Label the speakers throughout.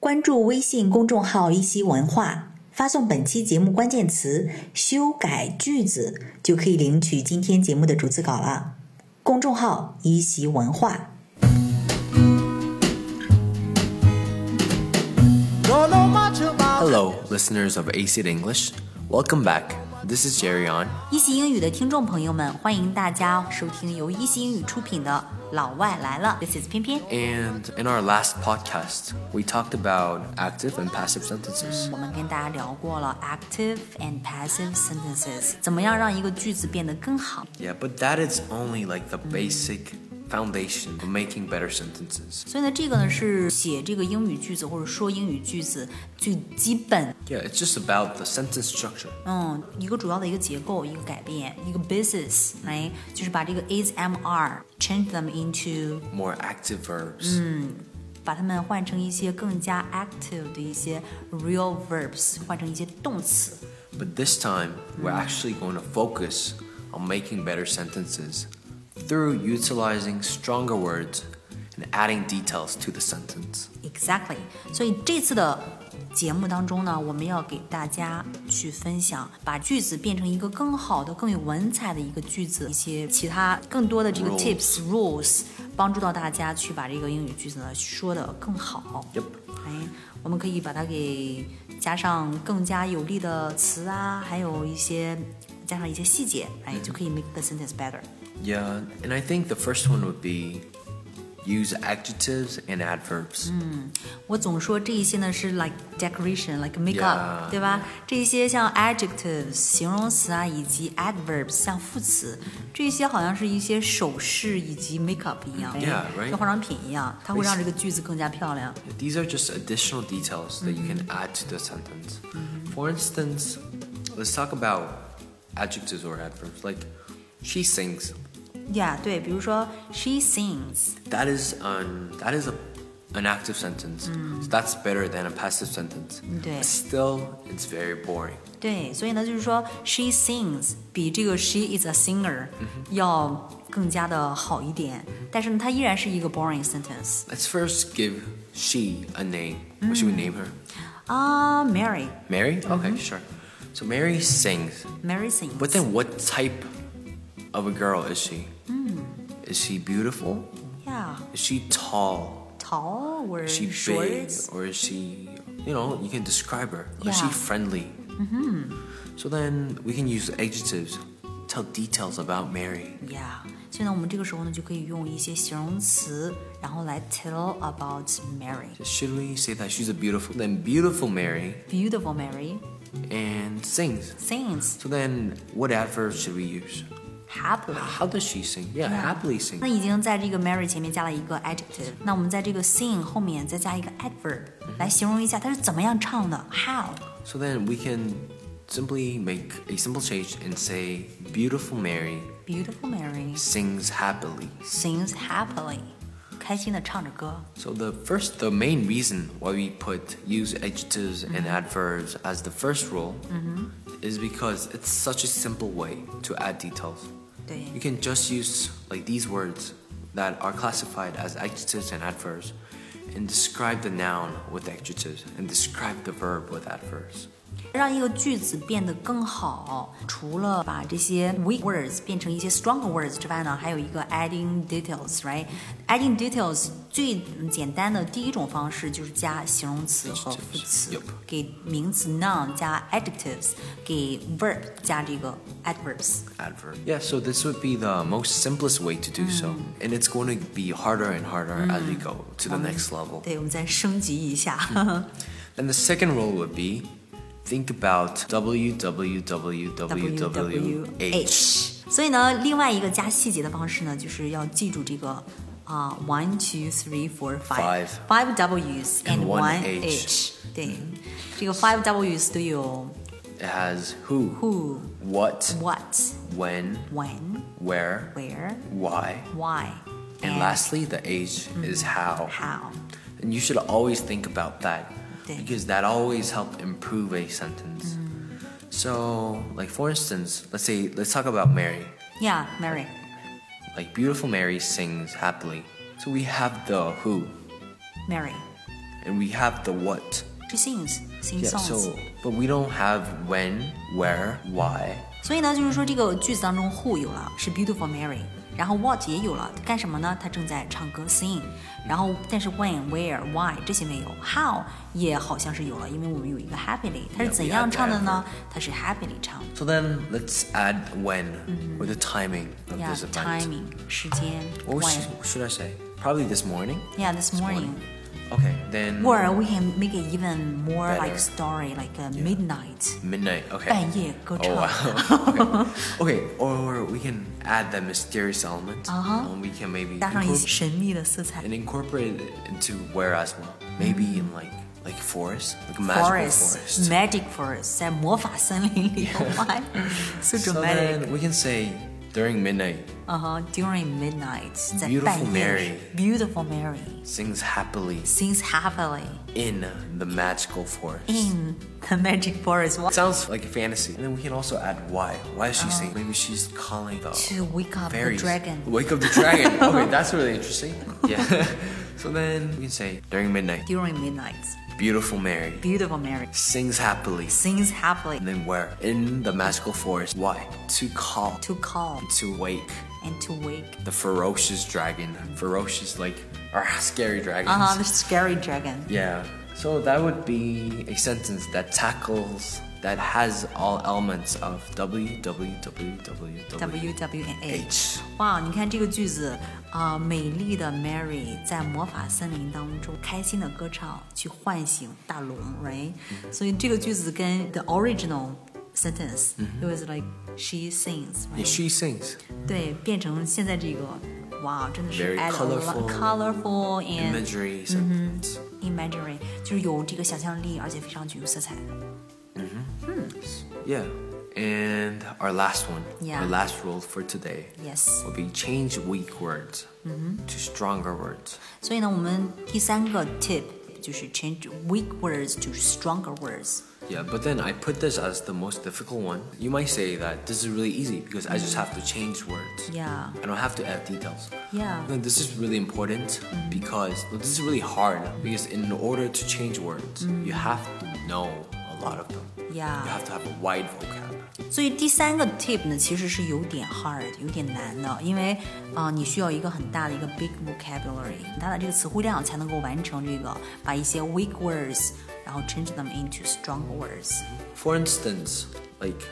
Speaker 1: 关注微信公众号“一席文化”，发送本期节目关键词“修改句子”，就可以领取今天节目的逐字稿了。公众号“一席文化”。
Speaker 2: Don't know much about
Speaker 3: Hello, listeners of ACID English. Welcome back. This is Jerry On.
Speaker 1: 一席英语的听众朋友们，欢迎大家收听由一席英语出品的《老外来了》，This is 偏偏。
Speaker 3: And in our last podcast, we talked about active and passive sentences.
Speaker 1: 我们跟大家聊过了 active and passive sentences，怎么样让一个句子变得更好。
Speaker 3: Yeah, but that is only like the basic foundation of making better sentences.
Speaker 1: 所以呢，这个呢是写这个英语句子或者说英语句子最基本，
Speaker 3: Yeah, it's just about the sentence structure.
Speaker 1: 嗯，一个主要的一个结构，一个改变，一个 basis，哎，就是把这个 is am are change them into，
Speaker 3: More active verbs.
Speaker 1: 把它们换成一些更加 active 的一些 real verbs，换成一些动词。
Speaker 3: But this time, we're actually going to focus on making better sentences through utilizing stronger words and adding details to the sentence.
Speaker 1: Exactly。所以这次的节目当中呢，我们要给大家去分享，把句子变成一个更好的、更有文采的一个句子，一些其他更多的这个
Speaker 3: Rules
Speaker 1: tips rules，帮助到大家去把这个英语句子呢说得更好。
Speaker 3: Yep.
Speaker 1: 哎，我们可以把它给加上更加有力的词啊，还有一些加上一些细节，哎，就可以 make the sentence better。
Speaker 3: Yeah, and I think the first one would be use adjectives and adverbs.
Speaker 1: 我总说这一些呢是 like decoration, like makeup，
Speaker 3: Yeah,
Speaker 1: 对吧？这一些像 adjectives 形容词啊，以及 adverbs 像副词，
Speaker 3: 嗯
Speaker 1: 这些好像是一些首饰以及 makeup 一样，
Speaker 3: Yeah,
Speaker 1: 哎
Speaker 3: right.
Speaker 1: 像化妆品一样，它会让这个句子更加漂亮。
Speaker 3: These are just additional details that you can add to the sentence. For instance, let's talk about adjectives or adverbs. Like, she sings.
Speaker 1: Yeah，对，比如说 she sings，
Speaker 3: That is an that is a, an active sentence. So that's better than a passive sentence.
Speaker 1: Mm,
Speaker 3: But still, it's very boring.
Speaker 1: 对，所以呢，就是说 she sings 比这个 she is a singer
Speaker 3: 嗯
Speaker 1: 要更加的好一点，但是呢，它依然是一个 boring sentence。
Speaker 3: Let's first give she a name. What should we name her?
Speaker 1: 啊、m a r y
Speaker 3: Mary. Okay, sure. So Mary sings.
Speaker 1: Mary sings。
Speaker 3: But then, what type of a girl is she?
Speaker 1: Hmm.
Speaker 3: Is she beautiful?
Speaker 1: Yeah.
Speaker 3: Is she tall?
Speaker 1: tall or
Speaker 3: Is she big?
Speaker 1: short.
Speaker 3: Or is she, you know, you can describe her. Or Is she
Speaker 1: Yeah. Mm-hmm.
Speaker 3: friendly? So then we can use adjectives, tell details about Mary.
Speaker 1: Yeah，所以呢，我们这个时候呢就可以用一些形容词，然后来 tell about Mary,
Speaker 3: Should we say that she's a beautiful, then beautiful Mary
Speaker 1: beautiful Mary,
Speaker 3: and sings?
Speaker 1: sings
Speaker 3: So then, what adverb should we use?
Speaker 1: happily.
Speaker 3: How does she sing? Yeah,
Speaker 1: 那
Speaker 3: happily sing.
Speaker 1: 已经在这个 Mary 前面加了一个 adjective，那我们在这个 sing 后面再加一个 adverb 来形容一下她是怎么样唱的，how。
Speaker 3: So then we can simply make a simple change and say, beautiful Mary
Speaker 1: Beautiful Mary
Speaker 3: sings happily.
Speaker 1: sings happily，开心的唱着歌。
Speaker 3: So the first, the main reason why we put use adjectives and adverbs as the first rule is because it's such a simple way to add details.
Speaker 1: 对
Speaker 3: You can just use like these words that are classified as adjectives and adverbs, and describe the noun with adjectives and describe the verb with adverbs.
Speaker 1: 让一个句子变得更好，除了把这些 weak words 变成一些 stronger words 之外呢，还有一个 adding details，right？adding details 最简单的第一种方式就是加形容词和副词
Speaker 3: Adjectives，yep，
Speaker 1: 给名词 noun 加 adjectives，给 verb 加这个 adverbs。
Speaker 3: Adverb. Yeah. So this would be the most simplest way to do so, and it's going to be harder and harder as we go to the next level.
Speaker 1: 对，我们再升级一下。
Speaker 3: And the second rule would be think about www.wwh.
Speaker 1: H。所以呢，另外一个加细节的方式呢，就是要记住这个啊，one two three four five
Speaker 3: Five
Speaker 1: five W's and
Speaker 3: And one
Speaker 1: one
Speaker 3: H
Speaker 1: H。对，这个 five W's 都有
Speaker 3: It has who,
Speaker 1: who、
Speaker 3: what,
Speaker 1: what、
Speaker 3: when,
Speaker 1: when、
Speaker 3: where,
Speaker 1: where、
Speaker 3: why.
Speaker 1: why
Speaker 3: And lastly, the H is how.
Speaker 1: Mm-hmm. how。
Speaker 3: And you should always think about that
Speaker 1: Think.
Speaker 3: because that always helps improve a sentence.
Speaker 1: Mm-hmm.
Speaker 3: So, like for instance, let's say let's talk about Mary.
Speaker 1: Yeah, Mary.
Speaker 3: Like beautiful Mary sings happily. So we have the who,
Speaker 1: Mary.
Speaker 3: and we have the what.
Speaker 1: She sings, sing
Speaker 3: Yeah,
Speaker 1: songs.
Speaker 3: so but we don't have when, where, why.
Speaker 1: 所以呢，就是说这个句子当中 who 有了是 beautiful Mary，然后 what 也有了，干什么呢？她正在唱歌 sing，然后但是 when、where、why 这些没有，how 也好像是有了，因为我们有一个 happily，它是
Speaker 3: Yeah, we
Speaker 1: 怎样
Speaker 3: add
Speaker 1: 唱的呢？它是 happily 唱
Speaker 3: So then let's add when or the timing of
Speaker 1: Mm-hmm. ，yeah
Speaker 3: this event.
Speaker 1: timing 时间
Speaker 3: What
Speaker 1: when
Speaker 3: should, what should I say? Probably this morning.
Speaker 1: yeah this morning。
Speaker 3: Okay, then
Speaker 1: Or we can make it even more
Speaker 3: Better.
Speaker 1: like story, like a midnight.
Speaker 3: midnight. Okay.
Speaker 1: 半夜歌唱
Speaker 3: Oh wow. okay. okay, or we can add that mysterious element,
Speaker 1: Uh-huh.
Speaker 3: and we can maybe
Speaker 1: 搭上一
Speaker 3: incorpor-
Speaker 1: 些神秘的色彩
Speaker 3: and incorporate it into where as well. Maybe in like like forest, like a magical forest.
Speaker 1: Mm-hmm. ，forest, magic forest，在魔法森林里。Oh my, so
Speaker 3: So
Speaker 1: dramatic.
Speaker 3: then we can say during midnight
Speaker 1: 嗯哼，during Uh-huh, midnight，在
Speaker 3: Beautiful
Speaker 1: 半夜
Speaker 3: Mary.。
Speaker 1: Beautiful Mary
Speaker 3: sings happily
Speaker 1: sings happily
Speaker 3: in the magical forest.
Speaker 1: in the magic forest.
Speaker 3: It sounds like a fantasy. And then we can also add why. Why is she singing? Maybe she's calling the
Speaker 1: Oh. To wake up the
Speaker 3: fairies.
Speaker 1: dragon
Speaker 3: Wake up the dragon. okay, that's really interesting. Yeah. so then we can say during midnight,
Speaker 1: during midnight.
Speaker 3: beautiful Mary
Speaker 1: Beautiful Mary
Speaker 3: sings happily.
Speaker 1: sings happily
Speaker 3: And then where? In the magical forest. Why? To call.
Speaker 1: to calm
Speaker 3: to wake
Speaker 1: and to wake.
Speaker 3: the ferocious dragon. Ferocious like or scary dragons.
Speaker 1: Uh huh, the scary dragon.
Speaker 3: Yeah. So that would be a sentence that tackles that has all elements of
Speaker 1: W
Speaker 3: www.
Speaker 1: W N
Speaker 3: H
Speaker 1: H。哇，你看这个句子啊、美丽的 Mary 在魔法森林当中开心的歌唱，去唤醒大龙，right？所以这个句子跟 the original sentence、it
Speaker 3: 嗯
Speaker 1: was like she sings，、right?
Speaker 3: Yeah, she sings.
Speaker 1: 对，变成现在这个，哇，真的是
Speaker 3: Very
Speaker 1: add a lot-
Speaker 3: colorful
Speaker 1: colorful and
Speaker 3: Imagery
Speaker 1: Mm-hmm.
Speaker 3: sentence.
Speaker 1: imaginary，就是有这个想象力，而且非常具有色彩。
Speaker 3: Yeah. And our last one,
Speaker 1: Yeah.
Speaker 3: our last rule for today
Speaker 1: Yes。
Speaker 3: will be change weak words
Speaker 1: Mm-hmm.
Speaker 3: to stronger words.
Speaker 1: 所以呢，我们第三个 tip 就是 change weak words to stronger words。
Speaker 3: Yeah, but then I put this as the most difficult one. You might say that this is really easy because I just have to change words.
Speaker 1: Mm. Yeah.
Speaker 3: I don't have to add details.
Speaker 1: Yeah. Mm-hmm.
Speaker 3: No, this is really important because well, this is really hard because in order to change words, you have to know a lot of them.
Speaker 1: Mm-hmm. Yeah.
Speaker 3: You have to have a wide vocab.
Speaker 1: 所以第三个 tip 呢，其实是有点 hard，有点难的，因为啊、呃你需要一个很大的一个 big vocabulary，很大的这个词汇量才能够完成这个，把一些 weak words，然后 change them into strong words。
Speaker 3: For instance, like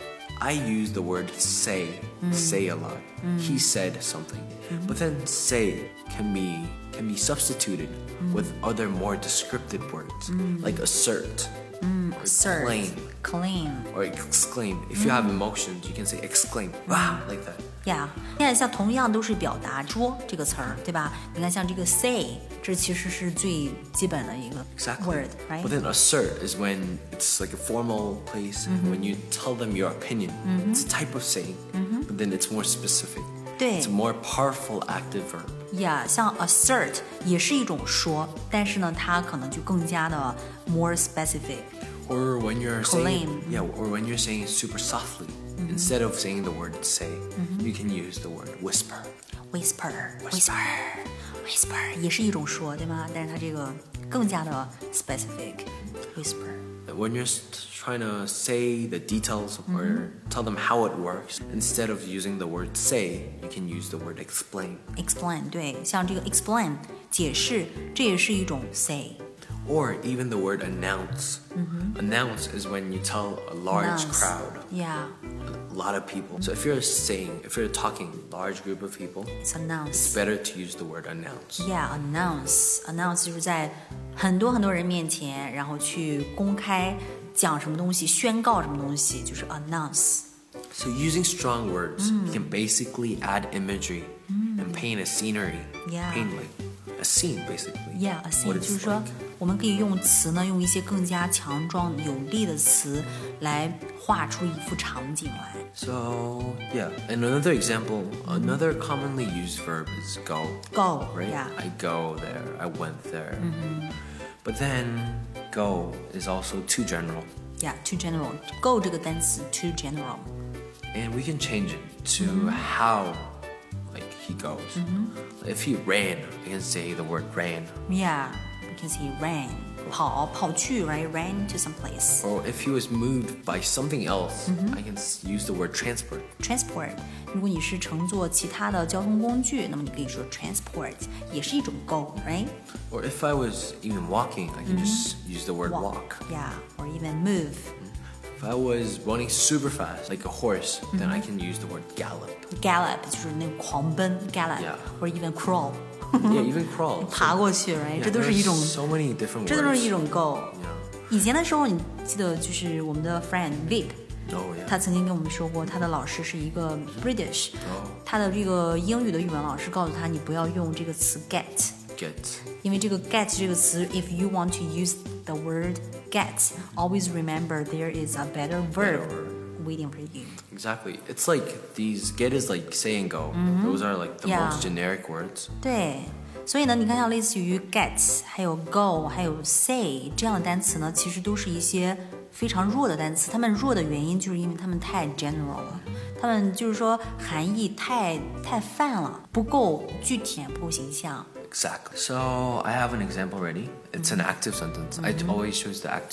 Speaker 3: I use the word say,
Speaker 1: Mm-hmm.
Speaker 3: say a lot. He said something. But then say can be can be substituted
Speaker 1: Mm-hmm.
Speaker 3: with other more descriptive words like assert. or
Speaker 1: Mm, Assert,
Speaker 3: Claim
Speaker 1: claim。
Speaker 3: or exclaim. If you have emotions, you can say exclaim. Wow, like that.
Speaker 1: 呀，你看，像同样都是表达“说”这个词儿，对吧？你看，像这个 say，这其实是最基本的一个
Speaker 3: Exactly.
Speaker 1: word，right？
Speaker 3: But then assert is when it's like a formal place and when you tell them your opinion. It's a type of saying, but then it's more specific.
Speaker 1: 对
Speaker 3: It's a more powerful active verb.
Speaker 1: 呀像 assert 也是一种说，但是呢，它可能就更加的 more specific。
Speaker 3: Or when you're saying
Speaker 1: Claim.
Speaker 3: yeah, or when you're saying it super softly. Instead of saying the word say, you can use the word whisper.
Speaker 1: whisper
Speaker 3: Whisper
Speaker 1: whisper 也是一种说，对吗？但是它这个更加的 specific whisper。
Speaker 3: When you're s- trying to say the details or
Speaker 1: Mm-hmm.
Speaker 3: tell them how it works, instead of using the word say, you can use the word explain.
Speaker 1: explain 对，像这个 explain 解释，这也是一种 say
Speaker 3: Or even the word announce. Announce is when you tell a
Speaker 1: Mm-hmm.
Speaker 3: large
Speaker 1: announce
Speaker 3: crowd,
Speaker 1: Yeah,
Speaker 3: a lot of people. So if you're saying, if you're talking large group of people,
Speaker 1: it's
Speaker 3: it's
Speaker 1: announce.
Speaker 3: better to use the word announce.
Speaker 1: Yeah, announce announce 就是在很多很多人面前，然后去公开讲什么东西，宣告什么东西，就是 announce。
Speaker 3: So using strong words,
Speaker 1: Mm.
Speaker 3: you can basically add imagery and paint a scenery.
Speaker 1: Yeah.
Speaker 3: Paint like a scene basically.
Speaker 1: Yeah, a scene
Speaker 3: What
Speaker 1: 就是
Speaker 3: it's
Speaker 1: 说
Speaker 3: like.，
Speaker 1: 我们可以用词呢，用一些更加强壮有力的词来画出一幅场景来。
Speaker 3: So yeah. And another example, another commonly used verb is go.
Speaker 1: Go,
Speaker 3: Right?
Speaker 1: yeah.
Speaker 3: I go there. I went there. But then go is also too general.
Speaker 1: Yeah, too general. Go 这个单词 too general.
Speaker 3: And we can change it to how like he goes. If he ran, we can say the word ran.
Speaker 1: Yeah, you can say ran. 跑跑去，right ran to some place
Speaker 3: Or if he was moved by something else, I can s- use the word transport.
Speaker 1: transport。如果你是乘坐其他的交通工具，那么你可以说 transport，也是一种 go，right
Speaker 3: Or if I was even walking, I can just use the word walk.
Speaker 1: walk，yeah，or even move。
Speaker 3: If I was running super fast, like a horse, then
Speaker 1: Mm-hmm.
Speaker 3: I can use the word gallop.
Speaker 1: gallop 就是那种狂奔 gallop，
Speaker 3: Yeah.
Speaker 1: or even crawl，Mm-hmm.
Speaker 3: yeah, even crawl. So-
Speaker 1: 爬过去，right？
Speaker 3: yeah,
Speaker 1: 这都
Speaker 3: there
Speaker 1: 是
Speaker 3: are
Speaker 1: 一种
Speaker 3: so many different
Speaker 1: 这都
Speaker 3: words.
Speaker 1: 是一种 go。以前的时候，你记得就是我们的 friend Vic，
Speaker 3: Oh, yeah.
Speaker 1: 他曾经跟我们说过，他的老师是一个 British，他的这个英语的语文老师告诉他，你不要用这个词 get，
Speaker 3: Get.
Speaker 1: 因为这个 get 这个词，if you want to use the word get，always remember there is a better verb waiting for you。
Speaker 3: Exactly. It's like these get is like say and go. Those are like
Speaker 1: Mm-hmm.
Speaker 3: the
Speaker 1: Yeah.
Speaker 3: most generic words.
Speaker 1: 对，所以呢，你看像类似于 get、还有 go、还有 say 这样的单词呢，其实都是一些非常弱的单词。它们弱的原因就是因为它们太 general 了，它们就是说含义太太泛了，不够具体，不够形象。
Speaker 3: Exactly. So I have an example ready. It's an active sentence. I always choose the active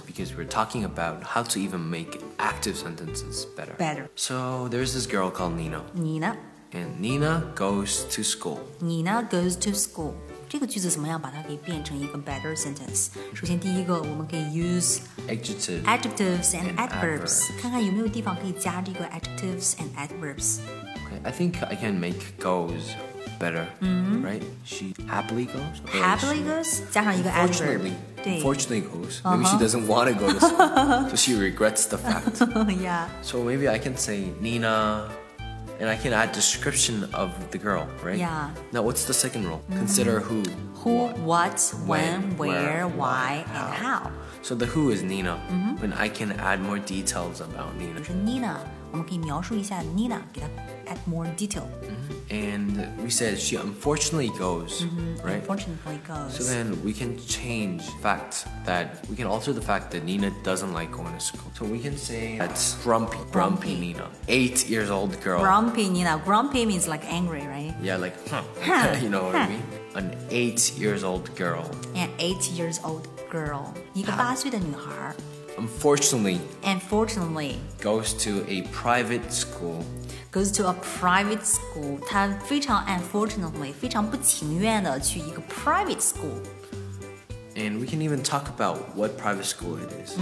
Speaker 1: Mm-hmm. Yeah.
Speaker 3: because we're talking about how to even make active sentences better.
Speaker 1: Better.
Speaker 3: So there's this girl called Nina,
Speaker 1: 你呢？
Speaker 3: and Nina goes to school.
Speaker 1: 你呢？Goes to school。这个句子怎么样把它给变成一个 better sentence？首先，第一个我们可以 use
Speaker 3: Adjective.
Speaker 1: adjectives and
Speaker 3: And
Speaker 1: adverbs，
Speaker 3: adverbs
Speaker 1: 看看有没有地方可以加这个 adjectives and adverbs。
Speaker 3: Okay, I think I can make goes better, right? She happily goes. or
Speaker 1: Mm-hmm. happily
Speaker 3: she-
Speaker 1: goes Uh-huh. 加上一个 adverb，
Speaker 3: Fortunately,
Speaker 1: 对
Speaker 3: fortunately goes. Maybe she doesn't want to go to school, so she regrets the fact.
Speaker 1: 呀
Speaker 3: So maybe I can say Nina, and I can add description of the girl, right?
Speaker 1: Yeah. Mm-hmm.
Speaker 3: Now, what's the second rule? Consider who.
Speaker 1: who, what, when,
Speaker 3: When,
Speaker 1: where,
Speaker 3: where,
Speaker 1: why,
Speaker 3: why,
Speaker 1: and
Speaker 3: how.
Speaker 1: how。
Speaker 3: So the who is Nina,
Speaker 1: Mm-hmm.
Speaker 3: and I can add more details about
Speaker 1: 比
Speaker 3: Nina.
Speaker 1: 如说 Nina，我们可以描述一下 Nina，给它 add more detail。
Speaker 3: And we said she unfortunately goes,
Speaker 1: Mm-hmm.
Speaker 3: right?
Speaker 1: Unfortunately
Speaker 3: So
Speaker 1: goes
Speaker 3: then we can change fact that we can alter the fact that Nina doesn't like going to school. So we can say that's grumpy, grumpy
Speaker 1: Grumpy.
Speaker 3: Nina, eight years old girl.
Speaker 1: grumpy Nina。Grumpy means like angry, right?
Speaker 3: Yeah, like
Speaker 1: Huh,
Speaker 3: huh, you know what I
Speaker 1: huh.
Speaker 3: mean? An eight years old girl.
Speaker 1: And eight years old girl，一个八岁的女孩。
Speaker 3: Unfortunately,
Speaker 1: Unfortunately
Speaker 3: goes to a private school.
Speaker 1: goes to a private school，她非常 unfortunately 非常不情愿的去一个 private school。
Speaker 3: And we can even talk about what private school it is.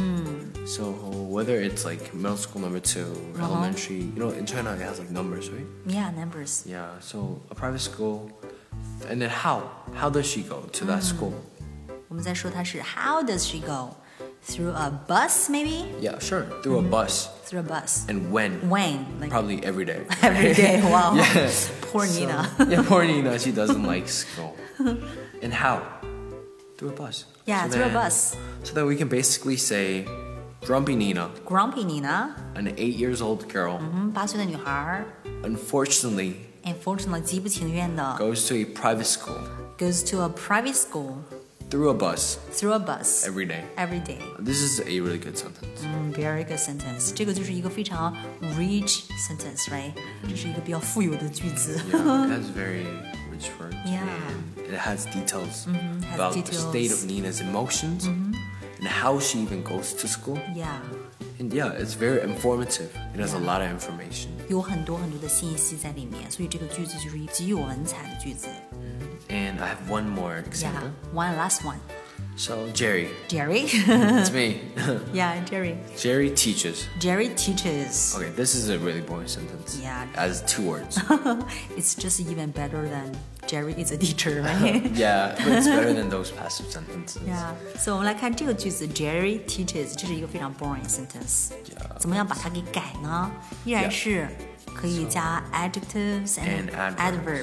Speaker 3: So whether it's like middle school number 2 or elementary, you know, in China it has like numbers, right?
Speaker 1: Yeah, numbers.
Speaker 3: Yeah, so a private school. And then how? How does she go to
Speaker 1: Mm.
Speaker 3: that school?
Speaker 1: 我们在说它是 How does she go? Through a bus, maybe?
Speaker 3: Yeah, sure. Through
Speaker 1: Mm.
Speaker 3: a bus.
Speaker 1: Through a bus.
Speaker 3: And when?
Speaker 1: When? Like
Speaker 3: Probably every day.
Speaker 1: every day. Wow.
Speaker 3: Yeah.
Speaker 1: Poor
Speaker 3: So-
Speaker 1: Nina.
Speaker 3: yeah, poor Nina. She doesn't like school. And how? Through a bus.
Speaker 1: Yeah, through a
Speaker 3: then-
Speaker 1: bus.
Speaker 3: So then we can basically say, grumpy Nina,
Speaker 1: Grumpy Nina,
Speaker 3: an eight years old girl,
Speaker 1: 嗯，八岁的女孩儿
Speaker 3: unfortunately
Speaker 1: ，unfortunately 极不情愿的
Speaker 3: goes to a private school
Speaker 1: goes to a private school
Speaker 3: through a bus
Speaker 1: through a bus
Speaker 3: every day.
Speaker 1: every day.
Speaker 3: This is a really good sentence.
Speaker 1: 嗯，very good sentence. 这个就是一个非常 rich sentence，right？这是一个比较富有的句子。
Speaker 3: Yeah, it has very rich words.
Speaker 1: Uh-huh. Yeah. Mm-hmm,
Speaker 3: And it has details
Speaker 1: has
Speaker 3: about the state
Speaker 1: details. Mm-hmm.
Speaker 3: of Nina's emotions and how she even goes to school.
Speaker 1: Yeah，
Speaker 3: And yeah, it's very informative. It has a
Speaker 1: Yeah.
Speaker 3: lot of information.
Speaker 1: 有很多很多的信息在里面，所以这个句子就是一个极有文采的句子。
Speaker 3: And I have one more example.
Speaker 1: Yeah，one last one.
Speaker 3: So Jerry,
Speaker 1: Jerry.
Speaker 3: it's me.
Speaker 1: yeah, Jerry.
Speaker 3: Jerry teaches.
Speaker 1: Jerry teaches.
Speaker 3: Okay, this is a really boring sentence.
Speaker 1: Yeah.
Speaker 3: As two words.
Speaker 1: It's just even better than Jerry is a teacher, right?
Speaker 3: yeah, but it's better than those passive sentences.
Speaker 1: yeah. So 我们来看这个句子，Jerry teaches，这是一个非常 boring sentence。
Speaker 3: Yeah.
Speaker 1: 怎么样把它给改呢？依然
Speaker 3: Yeah.
Speaker 1: 是可以加 adjectives and
Speaker 3: And adverbs.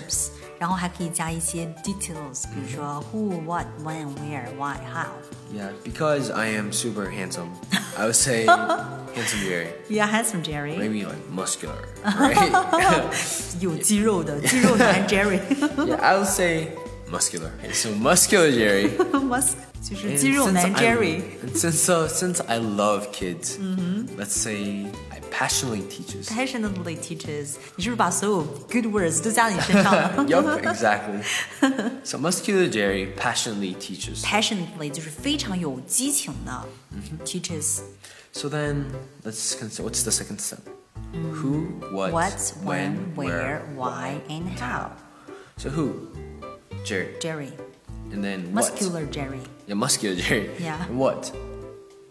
Speaker 1: adverbs，然后还可以加一些 details，比如
Speaker 3: Mm-hmm。
Speaker 1: 说 who、what、when、where、why、how。
Speaker 3: Yeah, because I am super handsome, I would say handsome Jerry.
Speaker 1: Yeah, handsome Jerry，
Speaker 3: Maybe like muscular, right?
Speaker 1: 有肌肉的肌肉男 Jerry。
Speaker 3: yeah, I would say muscular. Okay, so muscular Jerry
Speaker 1: Mus- 就是
Speaker 3: And
Speaker 1: 肌肉
Speaker 3: since
Speaker 1: 男
Speaker 3: I-
Speaker 1: Jerry。
Speaker 3: and since uh, since I love kids,
Speaker 1: Mm-hmm.
Speaker 3: let's say I passionately teaches.
Speaker 1: passionately teaches，你是不是把所有 good words 都加在你身上了
Speaker 3: yup, exactly. so muscular Jerry passionately teaches.
Speaker 1: ？passionately 就是非常有激情的
Speaker 3: Mm-hmm。
Speaker 1: teaches
Speaker 3: So then let's consider what's the second step? Who, what,
Speaker 1: what, when, where, why, and how.
Speaker 3: So who? Jerry.
Speaker 1: Jerry,
Speaker 3: And then what?
Speaker 1: muscular Jerry
Speaker 3: Yeah, muscular Jerry.
Speaker 1: Yeah.
Speaker 3: And what?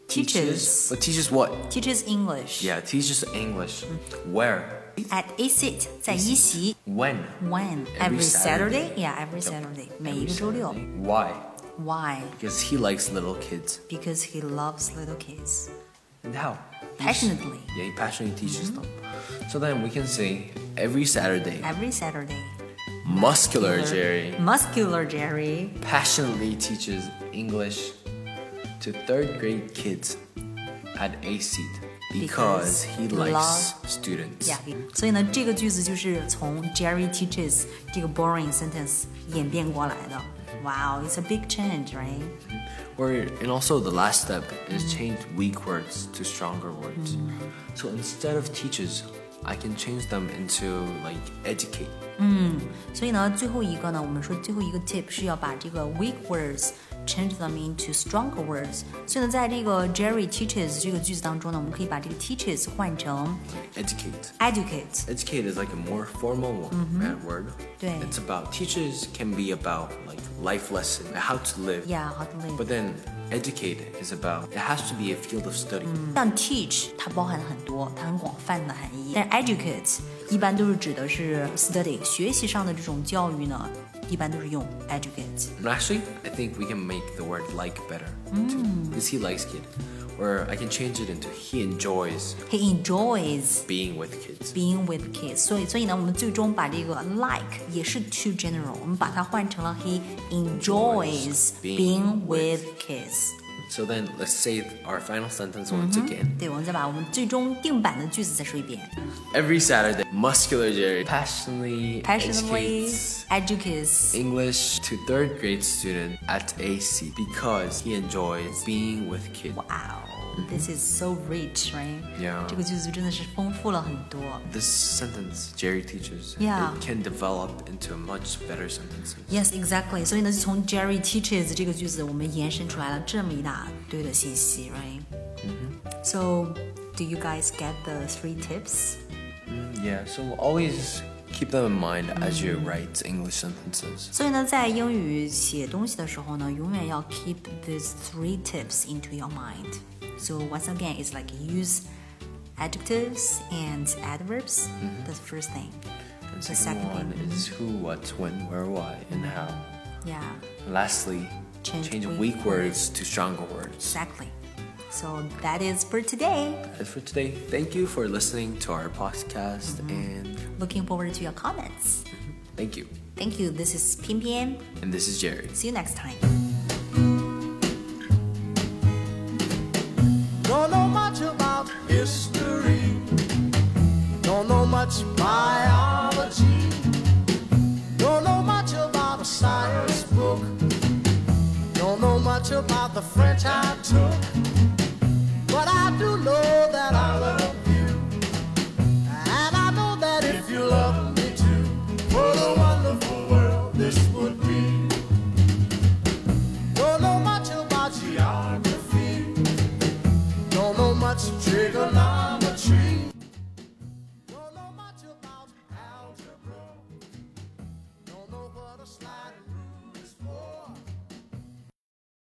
Speaker 1: Teaches.
Speaker 3: But teaches what?
Speaker 1: teaches English
Speaker 3: Yeah, teaches English. Where?
Speaker 1: at a sit 在一席
Speaker 3: When?
Speaker 1: when
Speaker 3: Every
Speaker 1: every Saturday
Speaker 3: Saturday.
Speaker 1: yeah every
Speaker 3: Yep.
Speaker 1: Saturday
Speaker 3: Every
Speaker 1: 每一个周六
Speaker 3: Saturday. Why?
Speaker 1: why
Speaker 3: Because he likes little kids.
Speaker 1: because he loves little kids
Speaker 3: And how?
Speaker 1: passionately
Speaker 3: Yeah, he passionately teaches
Speaker 1: Mm-hmm.
Speaker 3: them. So then we can say every Saturday,
Speaker 1: every Saturday
Speaker 3: muscular Jerry
Speaker 1: muscular Jerry
Speaker 3: passionately teaches English to third grade kids at A seat because,
Speaker 1: Because
Speaker 3: he likes
Speaker 1: love-
Speaker 3: students.
Speaker 1: Yeah，所以呢，这个句子就是从 Jerry teaches 这个 boring sentence 演变过来的。Wow, it's a big change, right?
Speaker 3: Or and also the last step is change weak words to stronger words. So instead of teaches, I can change them into like educate.
Speaker 1: 所以呢，最后一个呢，我们说最后一个 tip 是要把这个 weak words change them into stronger words。所以呢，在这个 Jerry teaches 这个句子当中呢，我们可以把这个 teaches 换成
Speaker 3: Educate.
Speaker 1: educate。
Speaker 3: Educate is like a more formal one, bad word.
Speaker 1: 对
Speaker 3: It's about teaches can be about like life lesson, how to live.
Speaker 1: Yeah, how to live.
Speaker 3: But then educate is about it has to be a field of study.
Speaker 1: 像 teach 它包含了很多，它很广泛的含义。但 educate 一般都是指的是 study 学习上的这种教育呢，一般都是用 educate。
Speaker 3: And actually, I think we can make the word like better too, because he likes kid, or I can change it into he enjoys
Speaker 1: He enjoys
Speaker 3: being with kids.
Speaker 1: being with kids. 所以，所以呢，我们最终把这个 like 也是 too general，我们把它换成了 he enjoys being
Speaker 3: being
Speaker 1: with kids。
Speaker 3: So then let's say our final sentence once
Speaker 1: Mm-hmm.
Speaker 3: again.
Speaker 1: 对，我们再把我们最终定版的句子再说一遍。
Speaker 3: Every Saturday, muscular Jerry passionately,
Speaker 1: Passionately
Speaker 3: educates
Speaker 1: educates
Speaker 3: English to third grade student at AC because he enjoys being with kids.
Speaker 1: Wow, this is so rich, right?
Speaker 3: Yeah.
Speaker 1: 这个句子真的是丰富了很多。
Speaker 3: This sentence Jerry teaches
Speaker 1: Yeah.
Speaker 3: it can develop into much better sentences.
Speaker 1: Yes, exactly. 所以呢，就从 Jerry teaches 这个句子，我们延伸出来了这么一大堆的信息，right? So, do you guys get the three tips?
Speaker 3: Yeah, so always keep them in mind as you write English sentences.
Speaker 1: 所以呢，在英语写东西的时候呢，永远要 keep these three tips into your mind. So once again, it's like use adjectives and adverbs. That's the first thing.
Speaker 3: And
Speaker 1: The
Speaker 3: second,
Speaker 1: second
Speaker 3: one
Speaker 1: thing.
Speaker 3: is who, what, when, where, why, and how.
Speaker 1: Yeah,
Speaker 3: And lastly,
Speaker 1: Change
Speaker 3: change,
Speaker 1: weak
Speaker 3: weak, words to stronger words.
Speaker 1: exactly. So that is for today.
Speaker 3: That's for today. Thank you for listening to our podcast and
Speaker 1: Looking forward to your comments.
Speaker 3: thank you.
Speaker 1: Thank you. This is Pian Pian.
Speaker 3: And this is Jerry.
Speaker 1: See you next time.
Speaker 2: Don't know much about history. Don't know much biology. Don't know much about a science book. Don't know much about the French I took. But I do know that I love you. And I know that if you love me too, what a wonderful world this would be. Don't know much about geography. Don't know much trigonometry.